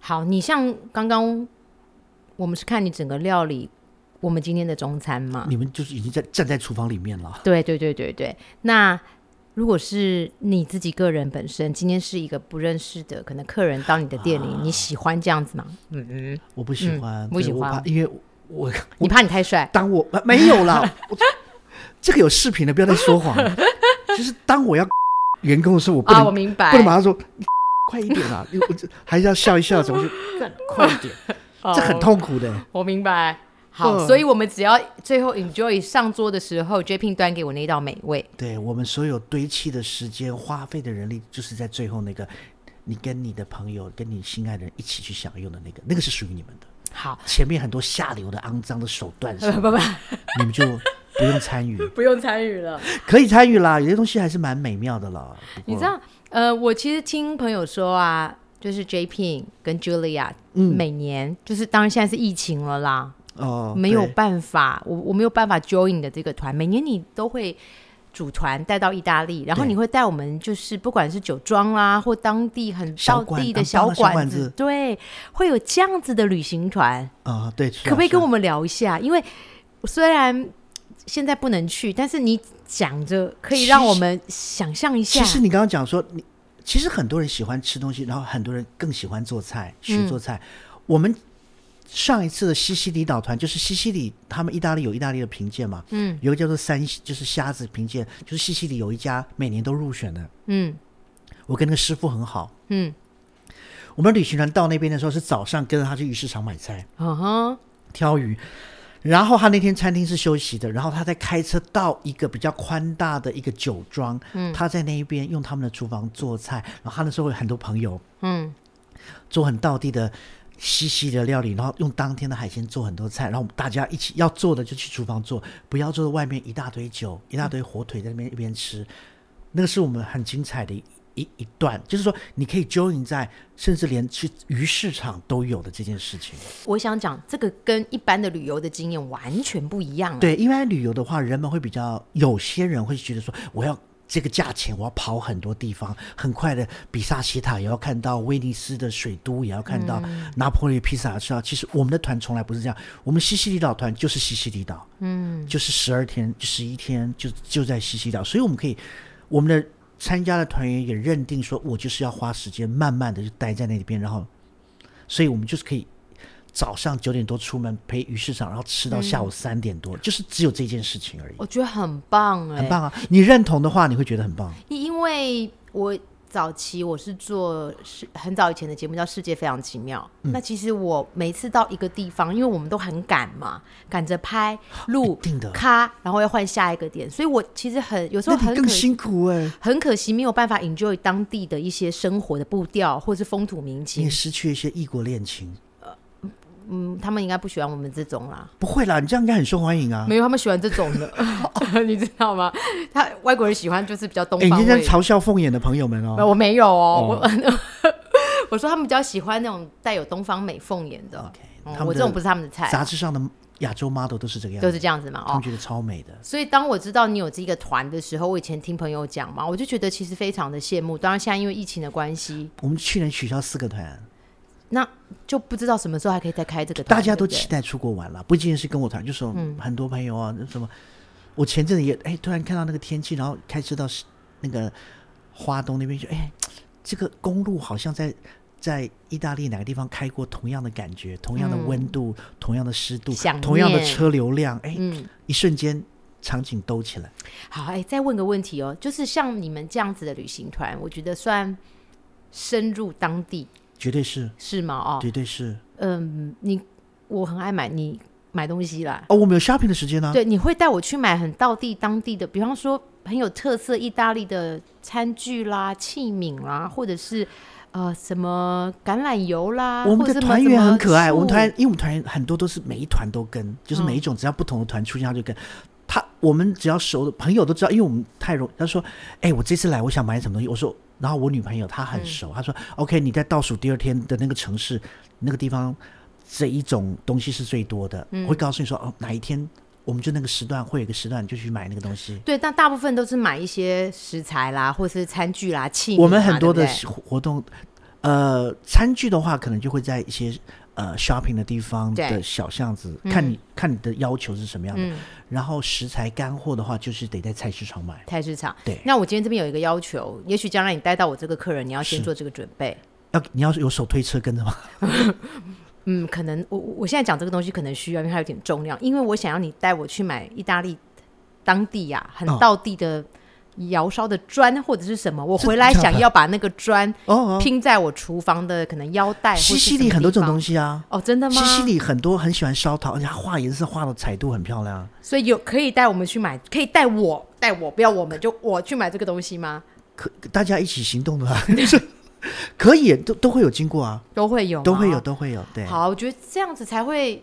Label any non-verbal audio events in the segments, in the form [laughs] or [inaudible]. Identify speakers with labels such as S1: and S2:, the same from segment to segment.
S1: 好，你像刚刚我们是看你整个料理，我们今天的中餐嘛？
S2: 你们就是已经在站在厨房里面了。
S1: 对对对对对。那如果是你自己个人本身，今天是一个不认识的可能客人到你的店
S2: 啊
S1: 里，你喜欢这样子吗？嗯嗯，
S2: 我不喜欢，
S1: 嗯不
S2: 对
S1: 喜
S2: 我
S1: 欢
S2: 怕因为
S1: [laughs]
S2: 我
S1: 你怕你太帅？
S2: 当我呃没有啦，我这个有视频的，不要再说
S1: [laughs]
S2: 谎了。就是当我要 [laughs] 员工的时候，我不
S1: 啊，
S2: 能、
S1: 我明白，
S2: 不能马上说 [laughs] 你快一点
S1: [laughs]
S2: 啊啦，因为我这还是要笑一笑，怎么就干快一点？
S1: 哦
S2: 这很痛苦的。
S1: 我明白。好，
S2: 嗯
S1: 所以我们只要最后 enjoy 上桌的时候 j p 端给我那道美味，
S2: 对我们所有堆砌的时间、花费的人力，就是在最后那个，你跟你的朋友、跟你心爱的人一起去享用的那个，那个是属于你们的。
S1: 好，
S2: 前面很多下流的、肮脏的手段什
S1: 不
S2: 么
S1: 不
S2: 的，
S1: 不，
S2: 你们就不用参与， [laughs]
S1: 不用参与了。
S2: 可以参与啦。有些东西还是蛮美妙的啦。不过
S1: 你知道，呃，我其实听朋友说啊，就是 j p 跟 Julia，、每年就是当然现在是疫情了啦，
S2: 嗯哦，
S1: 没有
S2: 对
S1: 办法，我我没有办法 join 你的这个团。每年你都会组团带到意大利，然后
S2: 对
S1: 你会带我们，就是不管是酒庄啦，或当地很
S2: 小
S1: 道
S2: 馆
S1: 地
S2: 啊
S1: 的小
S2: 当地的小
S1: 馆
S2: 馆
S1: 子
S2: 子，
S1: 对，会有这样子的旅行团，
S2: 啊，对，是
S1: 可
S2: 啊
S1: 不可以
S2: 是啊
S1: 跟我们聊一下？因为虽然现在不能去，但是你讲着可以让
S2: 其实
S1: 我们想象一下
S2: 其，实你刚刚讲说，你其实很多人喜欢吃东西，然后很多人更喜欢做菜，
S1: 嗯
S2: 学做菜。我们上一次的西西里岛团，就是西西里他们意大利有意大利的评鉴嘛，
S1: 嗯，
S2: 有一个叫做三，就是虾子评鉴，就是西西里有一家每年都入选的。
S1: 嗯
S2: 我跟那个师傅很好，
S1: 嗯，
S2: 我们旅行团到那边的时候是早上跟着他去鱼市场买菜，
S1: 嗯哼，
S2: 挑鱼。然后他那天餐厅是休息的，然后他再开车到一个比较宽大的一个酒庄，他在那一边用他们的厨房做菜，然后他那时候有很多朋友
S1: 嗯
S2: 做很道地的西西的料理，然后用当天的海鲜做很多菜，然后我们大家一起要做的就去厨房做，不要做的外面一大堆酒，一大堆火腿在那边一边吃，那个是我们很精彩的一一一段，就是说你可以 join 在，甚至连去鱼市场都有的这件事情。
S1: 我想讲这个跟一般的旅游的经验完全不一样啊了。
S2: 对，因为旅游的话，人们会比较，有些人会觉得说，我要这个价钱，我要跑很多地方，很快的，比萨斜塔也要看到，威尼斯的水都也要看到，拿破仑披萨也吃到。其实我们的团从来不是这样，我们西西里岛团就是西西里岛，嗯，就是十二天、十一天就就在西西里岛，所以我们可以，我们的参加的团员也认定说，我就是要花时间，慢慢的就待在那里边，然后，所以我们就是可以早上九点多出门陪鱼市场，然后吃到下午三点
S1: 嗯
S2: 多，就是只有这件事情而已，
S1: 我觉得很棒哎、
S2: 很棒啊！你认同的话，你会觉得很棒。
S1: 因因为我早期我是做是很早以前的节目叫《世界非常奇妙》，
S2: 嗯
S1: 那其实我每次到一个地方，因为我们都很赶嘛，赶着拍录
S2: 哦一定的
S1: 咔，然后要换下一个点，所以我其实很有时
S2: 那
S1: 候
S2: 你
S1: 很可
S2: 更辛苦哎、
S1: 很可惜没有办法 enjoy 当地的一些生活的步调或是风土民
S2: 你
S1: 情
S2: 也。失去一些异国恋情。
S1: 嗯，他们应该不喜欢我们这种啦。
S2: 不会啦，你这样应该很受欢迎啊！
S1: 没有，他们喜欢这种
S2: [laughs]
S1: 的，你知道吗？他外国人喜欢就是比较东
S2: 哎、
S1: 方
S2: 你
S1: 味
S2: 这样嘲笑凤眼的朋友们
S1: 呃
S2: 哦。
S1: 我没有哦，我 [laughs] 我说他们比较喜欢那种带有东方美凤眼的
S2: 哦 OK，
S1: 嗯
S2: 他们
S1: 我这种不
S2: 的
S1: 是他们的菜啊，
S2: 杂志上的亚洲 model 都是这个样
S1: 都
S2: 子，
S1: 是这样子嘛，哦
S2: 他们。觉得超美的。
S1: 所以当我知道你有这个团的时候，我以前听朋友讲嘛，我就觉得其实非常的羡慕。当然现在因为疫情的关系，
S2: 我们去年取消四个团，
S1: 那就不知道什么时候还可以再开这个团。
S2: 大家都
S1: 对不对嗯
S2: 期待出国玩了，不仅仅是跟我团，就是我很多朋友啊，那什么，我前阵子也哎，突然看到那个天气，然后开车到那个花东那边去，哎，这个公路好像在在意大利哪个地方开过，同样的感觉，同样的
S1: 嗯
S2: 温度，同样的湿度
S1: 想，
S2: 同样的
S1: 念
S2: 车流量，哎，
S1: 嗯
S2: 一瞬间场景兜起来。
S1: 好，哎、再问个问题哦，就是像你们这样子的旅行团，我觉得算深入当地
S2: 绝对是，
S1: 是吗？哦，
S2: 绝对是。
S1: 嗯，你我很爱买你买东西啦，
S2: 哦，我们有 shopping 的时间呢、
S1: 对，你会带我去买很道地当地的，比方说很有特色意大利的餐具啦、器皿啦，或者是呃什么橄榄油啦。啊
S2: 我
S1: 或
S2: 们
S1: 者
S2: 的
S1: 什么
S2: 团员很可爱，我们团，
S1: 什么
S2: 员因为我们团员很多都是每一团都跟，就是
S1: 嗯
S2: 每一种只要不同的团出现他就跟。他我们只要熟的朋友都知道，因为我们太容。他说：“哎、我这次来，我想买什么东西。”我说：“然后我女朋友她
S1: 嗯
S2: 很熟，她说：‘OK，你在倒数第二天的那个城市那个地方，这一种东西是最多的。
S1: 嗯
S2: 我会告诉你说：‘哦，哪一天我们就那个时段会有一个时段，你就去买那个东西。’
S1: 对，但大部分都是买一些食材啦，或是餐具啦、器皿啦。
S2: 我们很多
S1: 对
S2: 的
S1: 不对
S2: 活活动，呃，餐具的话，可能就会在一些呃 shopping 的地方
S1: 对嗯
S2: 的小巷子，看你看你的要求是什么样的。然后食材干货的话，就是得在菜市场买。
S1: 菜市场。
S2: 对
S1: 那我今天这边有一个要求，也许将来你带到我这个客人，你要先
S2: 是
S1: 做这个准备。
S2: 要你要是有手推车跟着
S1: [laughs]
S2: 吗？
S1: 嗯，可能我我我现在讲这个东西可能需要，因为它有点重量，因为我想要你带我去买意大利当地呀、很
S2: 哦
S1: 道地的窑烧的砖或者是什么，我
S2: 这
S1: 回来
S2: 这样
S1: 想
S2: 很
S1: 要把那个砖
S2: 哦，哦
S1: 拼在我厨房的可能腰带或是
S2: [laughs] 西西
S1: 什
S2: 里
S1: 么
S2: 很多这
S1: 地
S2: 种东
S1: 方
S2: 西啊。
S1: 哦，真的吗？
S2: 西西里很多很喜欢烧陶，而且它画颜色画的彩度很漂亮啊。
S1: 所以有可以带我们去买，可以带我带我，不要我们就我去买这个东西吗？
S2: 可大家一起行动的、啊，这 [laughs] 可以都都会有经过啊，
S1: 都会有吗，
S2: 都会有都会有。对，
S1: 好，我觉得这样子才会，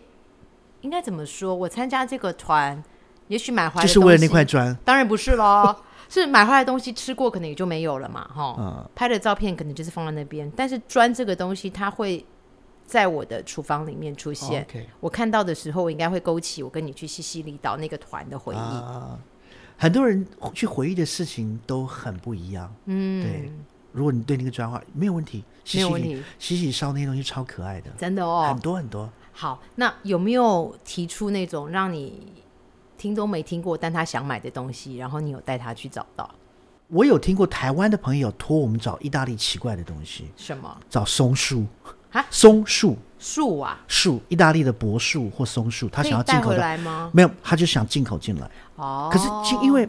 S1: 应该怎么说？我参加这个团，也许买回来
S2: 就
S1: 的
S2: 是为了
S1: 东
S2: 那
S1: 西
S2: 块，砖。
S1: 当然不是喽，
S2: [laughs]
S1: 是买回来的东西吃过，可能也就没有了嘛，哈。
S2: 嗯
S1: 拍的照片可能就是放在那边，但是砖这个东西，它会在我的厨房里面出现。
S2: 哦，OK
S1: 我看到的时候，我应该会勾起我跟你去西西里岛那个团的回忆。
S2: 啊，很多人去回忆的事情都很不一样。
S1: 嗯，
S2: 对，如果你对那个砖画没有问题，西
S1: 没有
S2: 西
S1: 问
S2: 里哎
S1: 题
S2: 西西里烧那些东西超可爱的，
S1: 真的
S2: 很
S1: 哦。
S2: 多很多。
S1: 好，那有没有提出那种让你听都没听过，但他想买的东西，然后你有带他去找到
S2: 我有听过台湾的朋友托我们找意大利奇怪的东西，
S1: 什么？
S2: 找松树
S1: 啊
S2: 松树
S1: 树啊，
S2: 树，意大利的柏树或松树，他
S1: 可以
S2: 想要进
S1: 带
S2: 口
S1: 回
S2: 的，
S1: 来吗？
S2: 没有，他就想进口进来。
S1: 哦，
S2: 可是其因为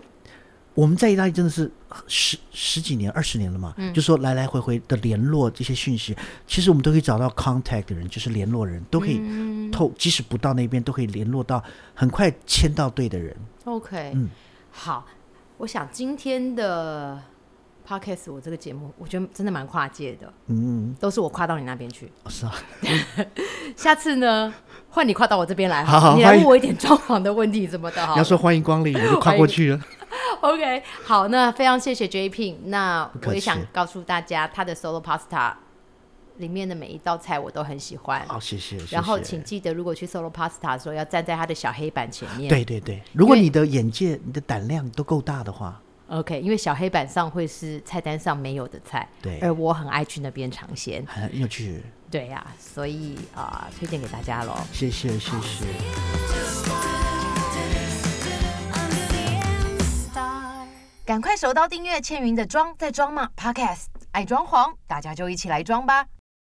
S2: 我们在意大利真的是十十几年、二十年了嘛，
S1: 嗯
S2: 就说来来回回的联络这些讯息，其实我们都可以找到 contact 的人，就是联络人，都可以
S1: 嗯
S2: 透，即使不到那边，都可以联络到，很快签到对的人。
S1: OK，、
S2: 嗯
S1: 好，我想今天的 Podcast 我这个节目，我觉得真的蛮跨界的，
S2: 嗯，
S1: 都是我跨到你那边去。
S2: 是啊，
S1: 下次呢，换你跨到我这边来，
S2: 好好
S1: 你来
S2: 欢
S1: 问
S2: 迎
S1: 我一点装潢的问题什么的
S2: 你 [laughs]
S1: 哈
S2: 要。说欢迎光临，我就跨过去 [laughs] 了。
S1: OK，好，那非常谢谢 J P。那
S2: 不客
S1: 我也想
S2: 气
S1: 告诉大家，他的 Solo Pasta 里面的每一道菜我都很喜欢。
S2: 好，哦谢谢。谢谢
S1: 然后请记得，如果去 Solo Pasta 的时候，要站在他的小黑板前面。
S2: 对对对，如果
S1: 因为
S2: 你的眼界、你的胆量都够大的话，
S1: OK，因为小黑板上会是菜单上没有的菜，
S2: 对
S1: 而我很爱去那边尝鲜，
S2: 很有趣。
S1: 对呀、所以啊、推荐给大家喽。
S2: 谢谢，谢谢。
S3: Under the end star.
S1: 赶快手刀订阅倩云的装在装嘛 Podcast，爱装潢，大家就一起来装吧。